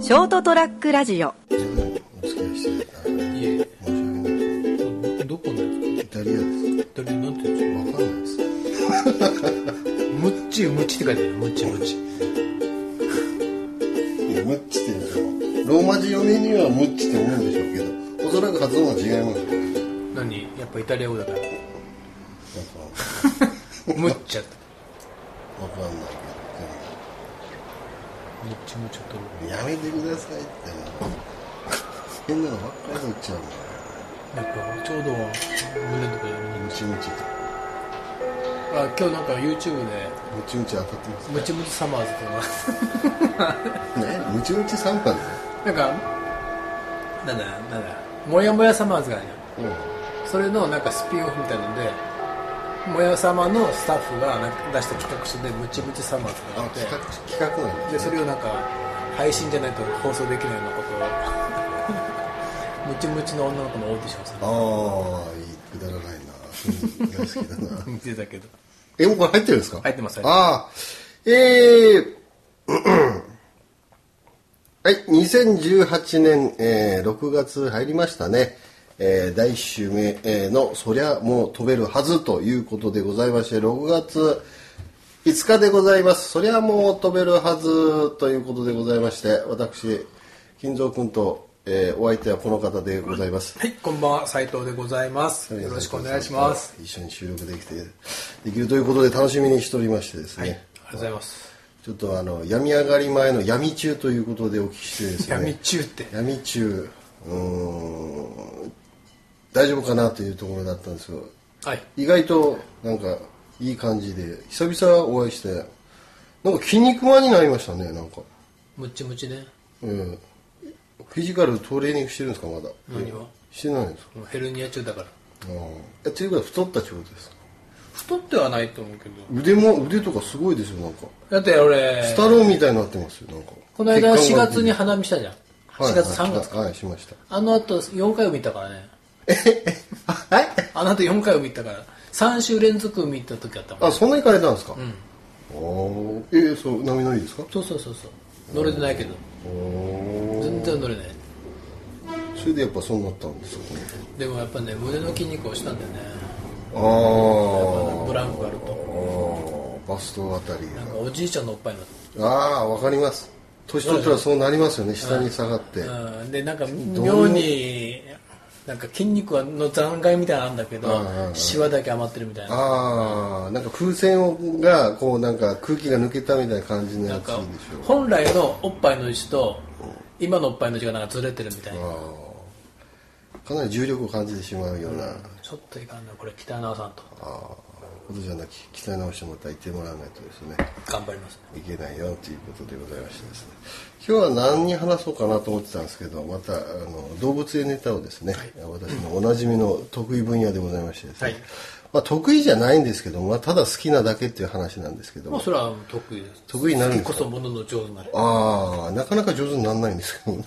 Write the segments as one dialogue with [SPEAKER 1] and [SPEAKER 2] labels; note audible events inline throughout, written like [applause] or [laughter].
[SPEAKER 1] ショートトラックラジオ
[SPEAKER 2] 長いお付き合いしてるから
[SPEAKER 3] いえいえ
[SPEAKER 2] 申し訳ないで
[SPEAKER 3] あ僕どこなんです
[SPEAKER 2] イタリアです
[SPEAKER 3] かイタリアなんて言うんですか
[SPEAKER 2] わかんないです
[SPEAKER 3] ムッチムッチって書いてあるムッチムッチ
[SPEAKER 2] いやムッチって言うでしょローマ字読みにはムッチって思うんでしょうけどおそらく発音は違いますよ
[SPEAKER 3] 何やっぱイタリア語だからムッチャって
[SPEAKER 2] わかんない
[SPEAKER 3] ムッチムッチャと
[SPEAKER 2] けどやめてくださいって変なのばっかり言っちゃうの
[SPEAKER 3] やっぱちょうど胸とかやるのに
[SPEAKER 2] ムチムチ
[SPEAKER 3] あ今日なんか YouTube で
[SPEAKER 2] ムチムチ当たってます
[SPEAKER 3] ムチムチサマーズっていうのが
[SPEAKER 2] ねムチムチ3班で
[SPEAKER 3] なんかなんだなんだモヤモヤサマーズがあるよ
[SPEAKER 2] うん
[SPEAKER 3] それのなんかスピンオフみたいなのでモヤ様のスタッフがなんか出した企画書でムチムチサマーズがあ
[SPEAKER 2] あ
[SPEAKER 3] って
[SPEAKER 2] 企画企画なん
[SPEAKER 3] で
[SPEAKER 2] です
[SPEAKER 3] そ
[SPEAKER 2] ね
[SPEAKER 3] れをなんか配信じゃないと放送できないような [laughs] ことをムチムチの女の子のオーディションさ
[SPEAKER 2] ああいいくだらないなそういうの大好きだな
[SPEAKER 3] 見てたけど
[SPEAKER 2] えもうこれ入ってるんですか
[SPEAKER 3] 入ってます入ってま
[SPEAKER 2] ああえー [clears throat] はい2018年、えー6月入りましたね、えー第1週目えーの「そりゃもう飛べるはず」ということでございまして6月5日でございますそりゃもう飛べるはずということでございまして私金蔵君と、えーお相手はこの方でございます、
[SPEAKER 3] はいこんばんは斉藤でございますよろしくお願いします
[SPEAKER 2] 一緒に収録できてできるということで楽しみにしておりましてですね、
[SPEAKER 3] はいありがとうございます
[SPEAKER 2] ちょっとあの病み上がり前の闇中ということでお聞きしてです
[SPEAKER 3] 闇
[SPEAKER 2] ね
[SPEAKER 3] 中って
[SPEAKER 2] 闇中うーん大丈夫かなというところだったんですけど
[SPEAKER 3] はい
[SPEAKER 2] 意外となんかいい感じで久々お会いしてなんか筋肉マンになりましたねなんか、
[SPEAKER 3] ムチムチね
[SPEAKER 2] うん、フィジカルトレーニングしてるんですかまだ
[SPEAKER 3] 何は
[SPEAKER 2] してないんですか
[SPEAKER 3] ヘルニア中だから
[SPEAKER 2] うんえということは太ったってことですか
[SPEAKER 3] 太ってはないと思うけど
[SPEAKER 2] 腕も腕とかすごいですよなんか
[SPEAKER 3] だって俺
[SPEAKER 2] スタローみたいになってますよなんか
[SPEAKER 3] この間
[SPEAKER 2] 血管
[SPEAKER 3] 4
[SPEAKER 2] が
[SPEAKER 3] 月に花見したじゃん
[SPEAKER 2] はい
[SPEAKER 3] 4月3月か
[SPEAKER 2] はいしました
[SPEAKER 3] あの後4回見たからね
[SPEAKER 2] はい
[SPEAKER 3] あの後4回見たから3週連続見た時あったもん
[SPEAKER 2] あそんなに行かれたんですかうんおえー、そう波のいいですか
[SPEAKER 3] そうそうそうそう乗れてないけど
[SPEAKER 2] おー
[SPEAKER 3] 全然乗れない
[SPEAKER 2] それでやっぱそうなったんですよね
[SPEAKER 3] でもやっぱね胸の筋肉をしたんだよね
[SPEAKER 2] あ
[SPEAKER 3] ブ
[SPEAKER 2] ー
[SPEAKER 3] ランクあると
[SPEAKER 2] あーバストあたり
[SPEAKER 3] なんかおじいちゃんのおっぱいに
[SPEAKER 2] がああわかります年取ったらそうなりますよね下に下がって
[SPEAKER 3] な
[SPEAKER 2] あ
[SPEAKER 3] って、うん、でなんか妙になんか筋肉はの残骸みたいなのあるんだけ
[SPEAKER 2] うんうんう
[SPEAKER 3] ど
[SPEAKER 2] ん
[SPEAKER 3] シワだけ余ってるみたいな
[SPEAKER 2] あーなんか風船をがこうなんか空気が抜けたみたいな感じの
[SPEAKER 3] な
[SPEAKER 2] や
[SPEAKER 3] ん
[SPEAKER 2] つでし
[SPEAKER 3] か
[SPEAKER 2] ょ
[SPEAKER 3] 本来のおっぱいの位置と今のおっぱいの位置がなんかずれてるみたいな
[SPEAKER 2] かなり重力を感じてしまうような
[SPEAKER 3] ちょっといかんなこれ北山さんと
[SPEAKER 2] ことじゃなき鍛え直してもらったら言ってもらわないとですね
[SPEAKER 3] 頑張ります
[SPEAKER 2] いけないよということでございましてですね今日は何に話そうかなと思ってたんですけどまたあの動物園ネタをですね、私のおなじみの得意分野でございましてですね、
[SPEAKER 3] はい
[SPEAKER 2] まあ、得意じゃないんですけど、まあ、ただ好きなだけっていう話なんですけど
[SPEAKER 3] もう
[SPEAKER 2] も
[SPEAKER 3] それは得意です
[SPEAKER 2] 得意になるんです
[SPEAKER 3] こ
[SPEAKER 2] か
[SPEAKER 3] そものの上手になる
[SPEAKER 2] ああなかなか上手にならないんですけどね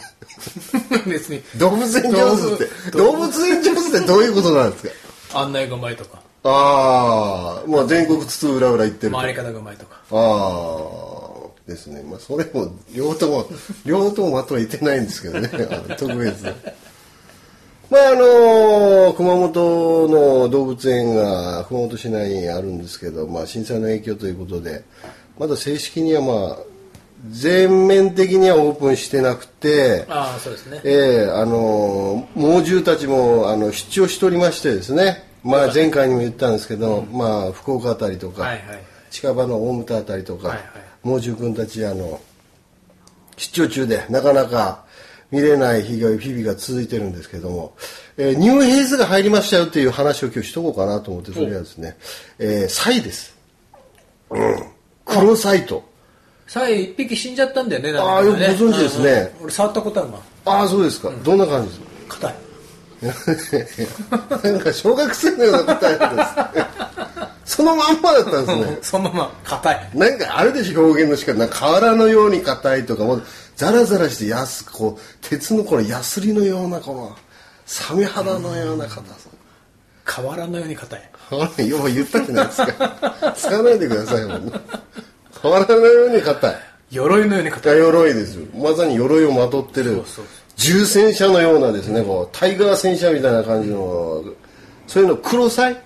[SPEAKER 3] 別に
[SPEAKER 2] 動物園上手って動物園上手ってどういうことなんですか
[SPEAKER 3] 案内がうまいとか
[SPEAKER 2] ああまあ全国津々浦々行ってると
[SPEAKER 3] 回り方がうまいとか
[SPEAKER 2] ああですねまあそれも両方とも [laughs] 両方ともまとめてないんですけどねあの特別まああの熊本の動物園が熊本市内にあるんですけど、まあ、震災の影響ということでまだ正式にはまあ全面的にはオープンしてなくて
[SPEAKER 3] ああそうですね
[SPEAKER 2] ええあの猛獣たちもあの出張しておりましてですね、まあ、前回にも言ったんですけど、まあ、福岡あたりとか、
[SPEAKER 3] はいはい
[SPEAKER 2] 近場の大牟田あたりとか、
[SPEAKER 3] はいはい
[SPEAKER 2] 猛獣君たちあの出張中でなかなか見れない日々が続いてるんですけども、えーニューヘイズが入りましたよっていう話を今日しとこうかなと思ってそれはですね、えーサイです、うん、黒サイと
[SPEAKER 3] サイ一匹死んじゃったんだよねなんか
[SPEAKER 2] ああよく
[SPEAKER 3] ね
[SPEAKER 2] ご存知ですね
[SPEAKER 3] うんうん俺触ったことあるわ
[SPEAKER 2] ああそうですか、どんな感じです
[SPEAKER 3] [laughs]
[SPEAKER 2] か
[SPEAKER 3] 硬い
[SPEAKER 2] なんか小学生のような答えだったです。そのまんまだったんですね。
[SPEAKER 3] そのまま硬い
[SPEAKER 2] なんかあるでしょ表現の仕方なんか瓦のように硬いとかもうザラザラしてやすこう鉄のこのヤスリのようなこのサメ肌のような硬さ。
[SPEAKER 3] 瓦のように硬い
[SPEAKER 2] 瓦 [laughs] よう言ったじゃないですか。使わないでくださいもん、ね。瓦のように硬い。
[SPEAKER 3] 鎧のように語る
[SPEAKER 2] 鎧ですよまさに鎧をまとってる
[SPEAKER 3] そうそう
[SPEAKER 2] 重戦車のようなですね、こうタイガー戦車みたいな感じのそういうの黒サイ、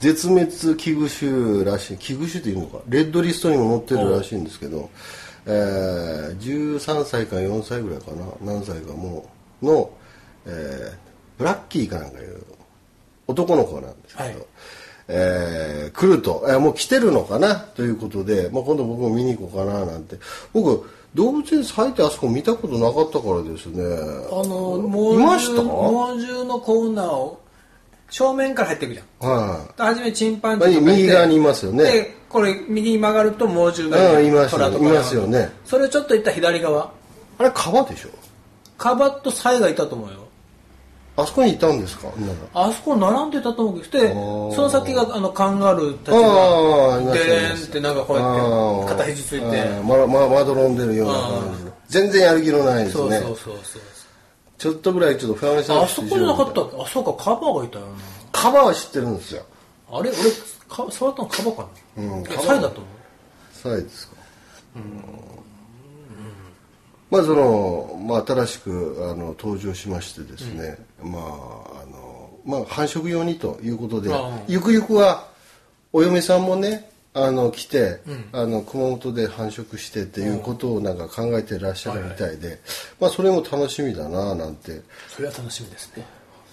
[SPEAKER 2] 絶滅危惧種らしい危惧種っていうのかレッドリストにも載ってるらしいんですけど、えー13歳か4歳ぐらいかな何歳かもうの、えーブラッキーかなんかいう男の子なんですけど、
[SPEAKER 3] はい
[SPEAKER 2] えー来ると、えーもう来てるのかなということで、まあ、今度僕も見に行こうかななんて僕動物園咲いてあそこ見たことなかったからですね
[SPEAKER 3] あの
[SPEAKER 2] い
[SPEAKER 3] 猛
[SPEAKER 2] ました
[SPEAKER 3] 獣猛獣のコーナーを正面から入っていくじゃん
[SPEAKER 2] は
[SPEAKER 3] 初めチンパンジーとかいて
[SPEAKER 2] 右側にいますよね
[SPEAKER 3] でこれ右に曲がると猛獣が
[SPEAKER 2] うん
[SPEAKER 3] る
[SPEAKER 2] いますよ
[SPEAKER 3] 虎と
[SPEAKER 2] い
[SPEAKER 3] か
[SPEAKER 2] ますよね
[SPEAKER 3] それちょっと行った左側
[SPEAKER 2] いあれ川でしょ
[SPEAKER 3] カバッとサイがいたと思うよ
[SPEAKER 2] あそこにいたんですかなんか
[SPEAKER 3] あそこ並んでたと思うけどで
[SPEAKER 2] ー
[SPEAKER 3] その先があのカンガルーたち
[SPEAKER 2] あーい
[SPEAKER 3] が
[SPEAKER 2] ま
[SPEAKER 3] デ
[SPEAKER 2] した
[SPEAKER 3] レーンってなんかこうやって
[SPEAKER 2] あー
[SPEAKER 3] 片肘ついて
[SPEAKER 2] あーまだままどろんでるような感じの全然やる気のないです
[SPEAKER 3] そう
[SPEAKER 2] ね
[SPEAKER 3] そうそうそう
[SPEAKER 2] ちょっとぐらいちょっとファンシャ
[SPEAKER 3] あそこじゃなかったっけあそうかカバーがいたよな
[SPEAKER 2] カバーは知ってるんですよ
[SPEAKER 3] あれ俺か触ったのカバーかな、
[SPEAKER 2] うん
[SPEAKER 3] いやサイだと思う
[SPEAKER 2] サイですかまあその、まあ、新しくあの登場しましてですね、まああのまあ繁殖用にということで
[SPEAKER 3] ああ
[SPEAKER 2] ゆくゆくはお嫁さんもねあの来て、あの熊本で繁殖してっていうことをなんか考えてらっしゃるみたいで、まあそれも楽しみだななんて
[SPEAKER 3] それは楽しみですね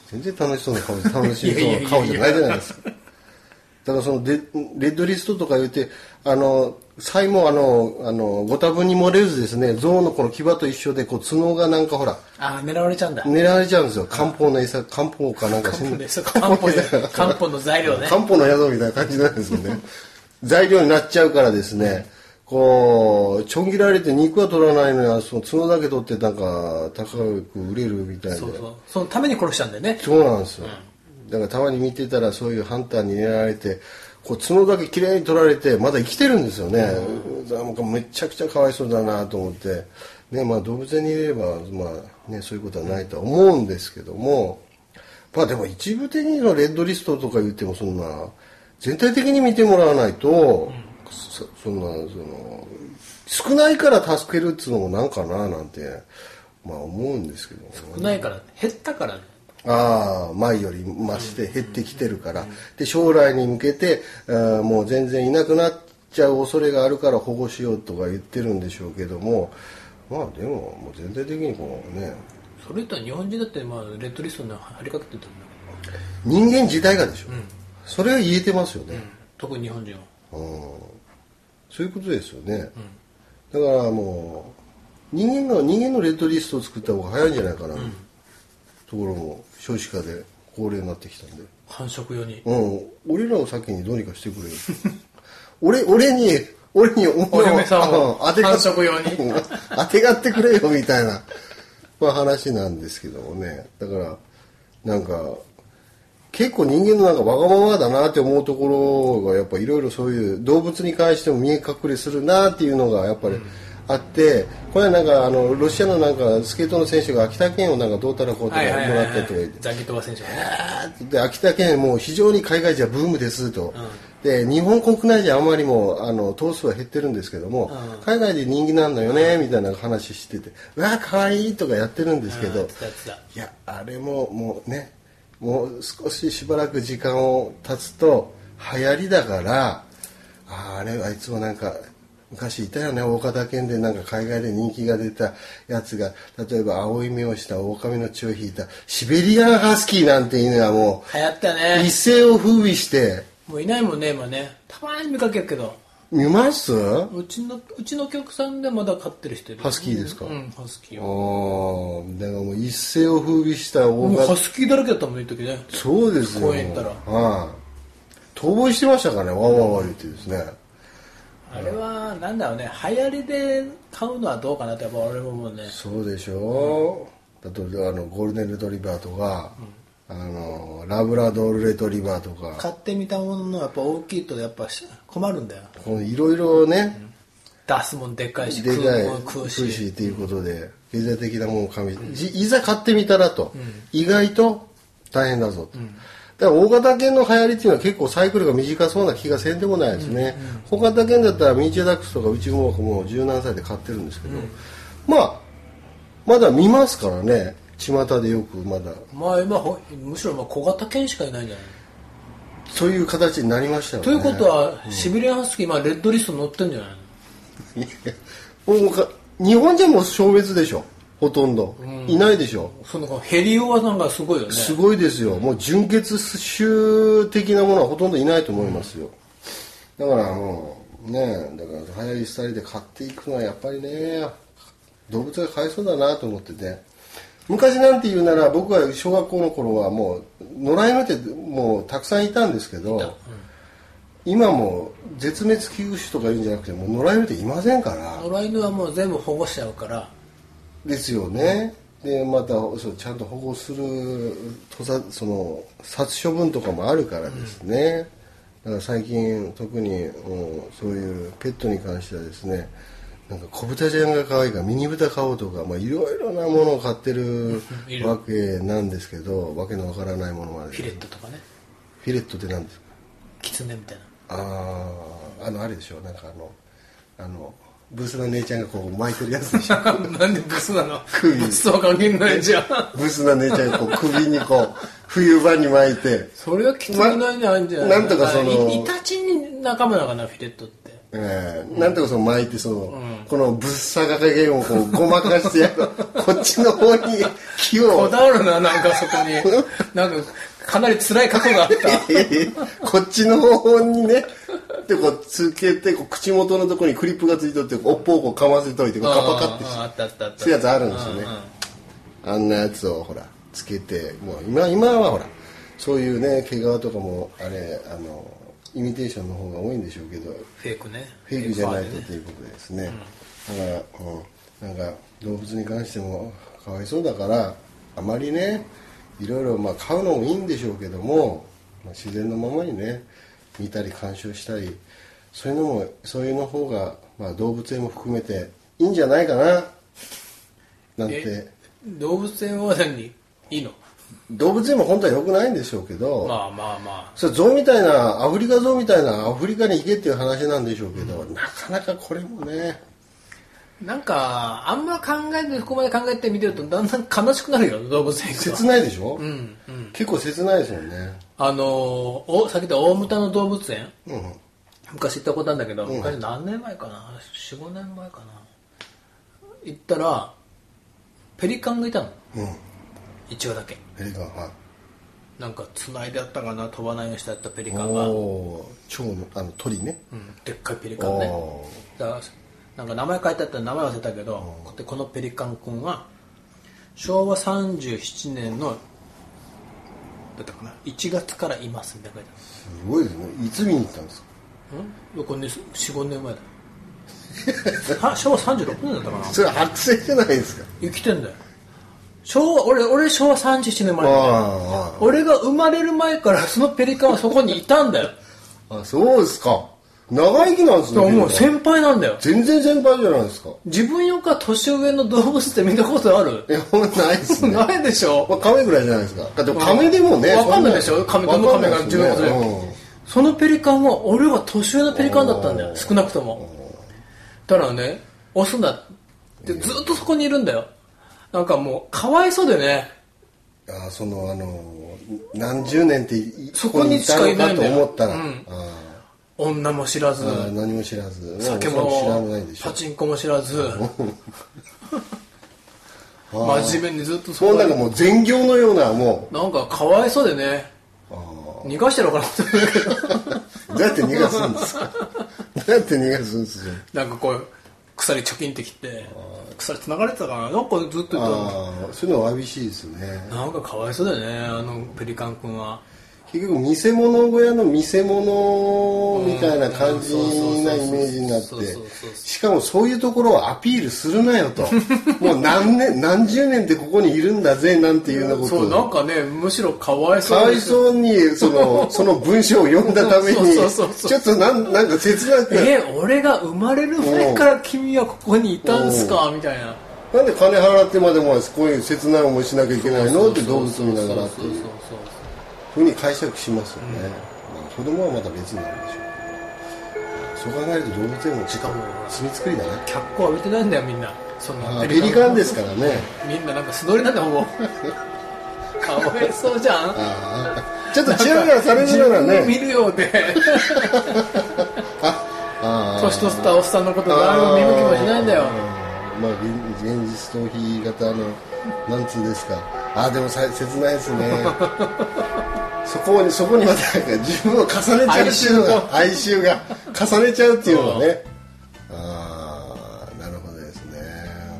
[SPEAKER 2] 全然楽しそうな顔で楽しそうな顔じゃないじゃないですかだからそのレレッドリストとか言ってあのサイもあのあのご多分に漏れずですね象のこの牙と一緒でこう角がなんかほら
[SPEAKER 3] ああ狙われちゃうんだ
[SPEAKER 2] 狙われちゃうんですよ漢方の餌漢方かなんかしん
[SPEAKER 3] でそう漢方で [laughs] 漢方の材料ね
[SPEAKER 2] 漢方の宿みたいな感じなんですよね材料になっちゃうからですねこうちょん切られて肉は取らないのにその角だけ取ってなんか高く売れるみたいな
[SPEAKER 3] そうそうそのために殺したんだよね
[SPEAKER 2] そうなんですよ、だからたまに見てたらそういうハンターに狙われてこう角だけ綺麗に取られてまだ生きてるんですよね、なんかめちゃくちゃかわいそうだなと思って、ねまあ、動物園にいれば、まあね、そういうことはないとは思うんですけども、まあ、でも一部的にのレッドリストとか言ってもそんな全体的に見てもらわないと、そそんなその少ないから助けるっつうのもなんかななんて、まあ、思うんですけど、ね、
[SPEAKER 3] ないから減ったからね
[SPEAKER 2] ああ前より増して減ってきてるから、で将来に向けてあーもう全然いなくなっちゃう恐れがあるから保護しようとか言ってるんでしょうけどもまあでももう全体的にこうね
[SPEAKER 3] それとは日本人だってまあレッドリストに張りかけてると思うんだけど
[SPEAKER 2] 人間自体がでしょ、それは言えてますよね、
[SPEAKER 3] 特に日本人は
[SPEAKER 2] そういうことですよね、だからもう人間の人間のレッドリストを作った方が早いんじゃないかな、ところも少子化で高齢になってきたんで。
[SPEAKER 3] 繁殖用に
[SPEAKER 2] うん、俺らを先にどうにかしてくれよ [laughs] 俺俺に俺に女を
[SPEAKER 3] お嫁さんを
[SPEAKER 2] うんが
[SPEAKER 3] 繁殖用に
[SPEAKER 2] うん [laughs] 当てがってくれよみたいな、まあ、話なんですけどもねだからなんか結構人間のなんかわがままだなって思うところがやっぱいろいろそういう動物に関しても見え隠れするなっていうのがやっぱりあって、これはなんかあのロシアのなんかスケートの選手が秋田県をなんかどうたらこうた
[SPEAKER 3] はいは
[SPEAKER 2] ら
[SPEAKER 3] い
[SPEAKER 2] も
[SPEAKER 3] は
[SPEAKER 2] ら
[SPEAKER 3] い、
[SPEAKER 2] ったとか
[SPEAKER 3] は
[SPEAKER 2] 言っ
[SPEAKER 3] い
[SPEAKER 2] て、
[SPEAKER 3] ザギトワ選手がね
[SPEAKER 2] で秋田県もう非常に海外じゃブームですと、で日本国内じゃあまりもうあの頭数は減ってるんですけども、
[SPEAKER 3] う
[SPEAKER 2] 海外で人気なんだよねみたいな話してて「うわあかわいい」とかやってるんですけど、
[SPEAKER 3] う
[SPEAKER 2] い
[SPEAKER 3] んやってたやってた
[SPEAKER 2] やあれももうねもう少ししばらく時間を経つと流行りだからあーあれあいつもなんか昔いたよね大型犬でなんか海外で人気が出たやつが例えば青い目をした狼の血を引いたシベリアンハスキーなんて犬がも
[SPEAKER 3] 流行った
[SPEAKER 2] う
[SPEAKER 3] ね
[SPEAKER 2] 一世を風靡して
[SPEAKER 3] もういないもんね今ねたまに見かけるけど
[SPEAKER 2] 見ます
[SPEAKER 3] うちのうちのお客さんでまだ飼ってる人いる
[SPEAKER 2] ハスキーですか
[SPEAKER 3] うんうんハスキー
[SPEAKER 2] あ
[SPEAKER 3] は
[SPEAKER 2] ーだからもう一世を風靡した大
[SPEAKER 3] もうハ
[SPEAKER 2] 型
[SPEAKER 3] スキーだらけだったもんね一時ね
[SPEAKER 2] そうですよ
[SPEAKER 3] 公園行ったら
[SPEAKER 2] はい逃亡してましたからねわーわーわー言ってですね、
[SPEAKER 3] あれはなんだろうね流行りで買うのはどうかなってやっぱ俺も思うね
[SPEAKER 2] そうでしょう、だとあのゴールデンレトリバーとか、あのラブラドールレトリバーとか
[SPEAKER 3] 買ってみたもののやっぱ大きいとやっぱし困るんだよ
[SPEAKER 2] こういろいろね、
[SPEAKER 3] 出すもんでっかいし
[SPEAKER 2] でかい
[SPEAKER 3] 食うもん食
[SPEAKER 2] 苦
[SPEAKER 3] う
[SPEAKER 2] し
[SPEAKER 3] し
[SPEAKER 2] いっていうことで経済的なものを加味してじいざ買ってみたらと、意外と大変だぞと、だから大型犬の流行りっていうのは結構サイクルが短そうな気がせんでもないですね、大型犬だったらミーチェダックスとかうちももう十何歳で飼ってるんですけど、まあまだ見ますからね巷でよくまだ
[SPEAKER 3] まあ今ほむしろまあ小型犬しかいないんじゃない
[SPEAKER 2] そういう形になりましたよね
[SPEAKER 3] ということは、シビリアンハスキー今レッドリストに載ってんじゃないの
[SPEAKER 2] もうか日本じゃもう消滅でしょほとんど、いないでしょ
[SPEAKER 3] そのヘリオはなんかすごいよね
[SPEAKER 2] すごいですよもう純血種的なものはほとんどいないと思いますよ、だからもうねだから流行り廃りで買っていくのはやっぱりね動物がかわいそうだなと思ってて昔なんて言うなら僕が小学校の頃はもう野良犬ってもうたくさんいたんですけど、今もう絶滅危惧種とか言うんじゃなくてもう野良犬っていませんから
[SPEAKER 3] 野良犬はもう全部保護しちゃうから
[SPEAKER 2] ですよね、でまたそうちゃんと保護するとさその殺処分とかもあるからですね、だから最近特に、うん、そういうペットに関してはですねなんか小豚ちゃんが可愛いからミニ豚買おうとかまあいろいろなものを買ってる
[SPEAKER 3] いる
[SPEAKER 2] わけなんですけどわけのわからないものまで
[SPEAKER 3] フィレットとかね
[SPEAKER 2] フィレットって何ですか
[SPEAKER 3] キツネみたいな
[SPEAKER 2] あああのあれでしょなんかあのあのブースの姉ちゃんがこう巻いてるやつでしょ
[SPEAKER 3] なんでブスなの
[SPEAKER 2] クイズ
[SPEAKER 3] ブスとは関係ないじゃん
[SPEAKER 2] ブスな姉ちゃんがこう首にこう冬場に巻いて
[SPEAKER 3] それはきつくないねあんじゃない
[SPEAKER 2] なんとかその
[SPEAKER 3] あいイタチに仲間だからなフィレットって
[SPEAKER 2] えーなんとかその巻いてその、このぶっさが加減をこうごまかしてやるこっちの方に気
[SPEAKER 3] [laughs] こ
[SPEAKER 2] を
[SPEAKER 3] だわるななんかそこ
[SPEAKER 2] [laughs]
[SPEAKER 3] になんかかなり辛い過去があった
[SPEAKER 2] [laughs] こっちの方にねでこうつけてこう口元のところにクリップがついとっておっぽをこうかませといてこうカパカってし
[SPEAKER 3] あーあったあったあった
[SPEAKER 2] そういうやつあるんですよねあんなやつをほらつけてもう今今はほらそういうね毛皮とかもあれあのイミテーションの方が多いんでしょうけど
[SPEAKER 3] フェイクね
[SPEAKER 2] フェイクじゃないと
[SPEAKER 3] フェイ
[SPEAKER 2] ということですね、だから、うん、なんか動物に関してもかわいそうだからあまりねいろいろまあ飼うのもいいんでしょうけども、まあ自然のままにね見たり鑑賞したりそういうのもそういうの方が、まあ、動物園も含めていいんじゃないかななんて
[SPEAKER 3] えク動物園は何いいの
[SPEAKER 2] 動物園も本当は良くないんでしょうけど、
[SPEAKER 3] まあまあま
[SPEAKER 2] それ象みたいなアフリカ象みたいなアフリカに行けっていう話なんでしょうけど、なかなかこれもね
[SPEAKER 3] あなんかあんま考えてそこまで考えて見てるとだんだん悲しくなるよ動物園行くと
[SPEAKER 2] 切ないでしょ、
[SPEAKER 3] うんうん
[SPEAKER 2] 結構切ないですよね
[SPEAKER 3] あのーおさっき言った大牟田の動物園
[SPEAKER 2] うん
[SPEAKER 3] 昔行ったことあるんだけど、昔何年前かな45年前かな行ったらペリカンがいたの
[SPEAKER 2] うん
[SPEAKER 3] 一羽だけ
[SPEAKER 2] ペリカンは
[SPEAKER 3] なんか繋いであったかな飛ばないようにしてあったペリ
[SPEAKER 2] い
[SPEAKER 3] カンが、うん、
[SPEAKER 2] おー蝶のあの鳥ね、
[SPEAKER 3] でっかいペリカンね
[SPEAKER 2] お
[SPEAKER 3] だからなんか名前書いてあったら名前忘れたけど、でこのペリカン君は昭和37年のだったかな1月からいますみたいな書いて
[SPEAKER 2] ーすごいですねいつ見に行ったんですか
[SPEAKER 3] あるうんよくね45年
[SPEAKER 2] [laughs]
[SPEAKER 3] 前だは昭和36年だったかな
[SPEAKER 2] それ剥製じゃないですか
[SPEAKER 3] 生きてんだよ昭和俺俺昭和37年生まれなんだよ
[SPEAKER 2] あ
[SPEAKER 3] 俺が生まれる前からそのペリカンはそこにいたんだよ
[SPEAKER 2] ーあそうですか長生きなんです
[SPEAKER 3] だか
[SPEAKER 2] ね
[SPEAKER 3] らもう
[SPEAKER 2] ペリカン
[SPEAKER 3] 先輩なんだよ
[SPEAKER 2] 全然先輩じゃないですか
[SPEAKER 3] 自分よりか年上の動物って見たことある
[SPEAKER 2] いやほんまないです
[SPEAKER 3] [laughs]
[SPEAKER 2] ね
[SPEAKER 3] ないでしょ
[SPEAKER 2] まあ、亀ぐらいじゃないですか。だって亀でもね、
[SPEAKER 3] わかんない
[SPEAKER 2] そ
[SPEAKER 3] でしょ亀どの亀が
[SPEAKER 2] わかんないですね
[SPEAKER 3] 自分のそのペリカンは俺は年上のペリカンだったんだよ少なくともだからね押すんだってずっとそこにいるんだよなんかもうかわいそうでね
[SPEAKER 2] うんあーその、あの、何十年ってい、
[SPEAKER 3] そこにしかいないん
[SPEAKER 2] と
[SPEAKER 3] だよ
[SPEAKER 2] 思ったら、
[SPEAKER 3] うん
[SPEAKER 2] あ
[SPEAKER 3] 女も知らず
[SPEAKER 2] ーあー何も知らず、
[SPEAKER 3] 酒
[SPEAKER 2] おそらく
[SPEAKER 3] も
[SPEAKER 2] 知らないでしょ
[SPEAKER 3] パ。チンコも知
[SPEAKER 2] [laughs]
[SPEAKER 3] らず
[SPEAKER 2] あー
[SPEAKER 3] 真面目にずっとそ
[SPEAKER 2] そう
[SPEAKER 3] こ
[SPEAKER 2] なん
[SPEAKER 3] に
[SPEAKER 2] かもう全業のような、も
[SPEAKER 3] なんかかわいそうでね
[SPEAKER 2] う、あ
[SPEAKER 3] 逃がしてるのかなって
[SPEAKER 2] ーどうやって逃がすんですかどうやって逃がすんですか
[SPEAKER 3] [laughs] なんかこう鎖チョキンって切って鎖繋がれてたかななんかずっといた
[SPEAKER 2] ああ、そういうのはわびしいですね。
[SPEAKER 3] なんかかわいそうだよねあのペリカン君は
[SPEAKER 2] 結局、見せ物小屋の見せ物みたいな感じなイメージになって
[SPEAKER 3] そうそうそうそう、
[SPEAKER 2] しかもそういうところをアピールするなよと。もう何年、何十年ってここにいるんだぜ、なんていうようなこ
[SPEAKER 3] そう
[SPEAKER 2] と
[SPEAKER 3] な
[SPEAKER 2] を。
[SPEAKER 3] んかねむしろかわい
[SPEAKER 2] か
[SPEAKER 3] そう
[SPEAKER 2] わ
[SPEAKER 3] で
[SPEAKER 2] い
[SPEAKER 3] す
[SPEAKER 2] そうに、その、その文章を読んだために、
[SPEAKER 3] そうそうそうそう
[SPEAKER 2] ちょっとなん、なんか切なくなる
[SPEAKER 3] え俺が生まれる前から君はここにいたんすかみたいな
[SPEAKER 2] なんで金払ってまでもこういう切ない思いしなきゃいけないのって動物見ながらって
[SPEAKER 3] そう
[SPEAKER 2] い
[SPEAKER 3] そううそうそう
[SPEAKER 2] ふうに解釈しますよね、まあ子供はまた別になるでしょうそう考えると動物園も
[SPEAKER 3] しかも
[SPEAKER 2] 住み作りだね
[SPEAKER 3] 脚光浴びてないんだよみんなそん
[SPEAKER 2] あ
[SPEAKER 3] な
[SPEAKER 2] ーペリカンですからね
[SPEAKER 3] みんななんか素通りなんだもんかわいそうじゃん
[SPEAKER 2] あーちょっとチヤホヤされるなら
[SPEAKER 3] 自分見
[SPEAKER 2] ね
[SPEAKER 3] るようで
[SPEAKER 2] あー
[SPEAKER 3] 年取ったおっさんのこと誰も見向きもしないんだよ
[SPEAKER 2] あーまあ現現実逃避型のなんつうですかああでもさ切ないですね [laughs] そこにそこにまたなんか自分を重ねちゃうっていうのが哀愁が重ねちゃうっていうのがねああなるほどですね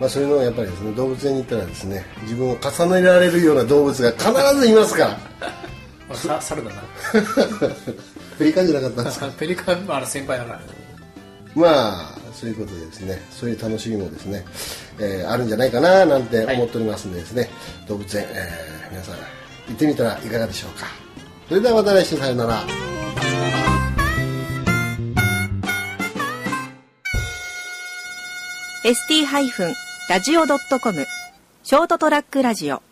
[SPEAKER 2] まあそういうのをやっぱりですね動物園に行ったらですね自分を重ねられるような動物が必ずいますから
[SPEAKER 3] 俺さ猿だな
[SPEAKER 2] [laughs] 振り返じゃなかったんですか
[SPEAKER 3] ペリカンあら先輩だから
[SPEAKER 2] まあそういうことでですねそういう楽しみもですね、えーあるんじゃないかななんて思っておりますんでですね、動物園、えー皆さん行ってみたらいかがでしょうかそれではまた来週さようなら
[SPEAKER 1] ST-radio.com ショートトラックラジオ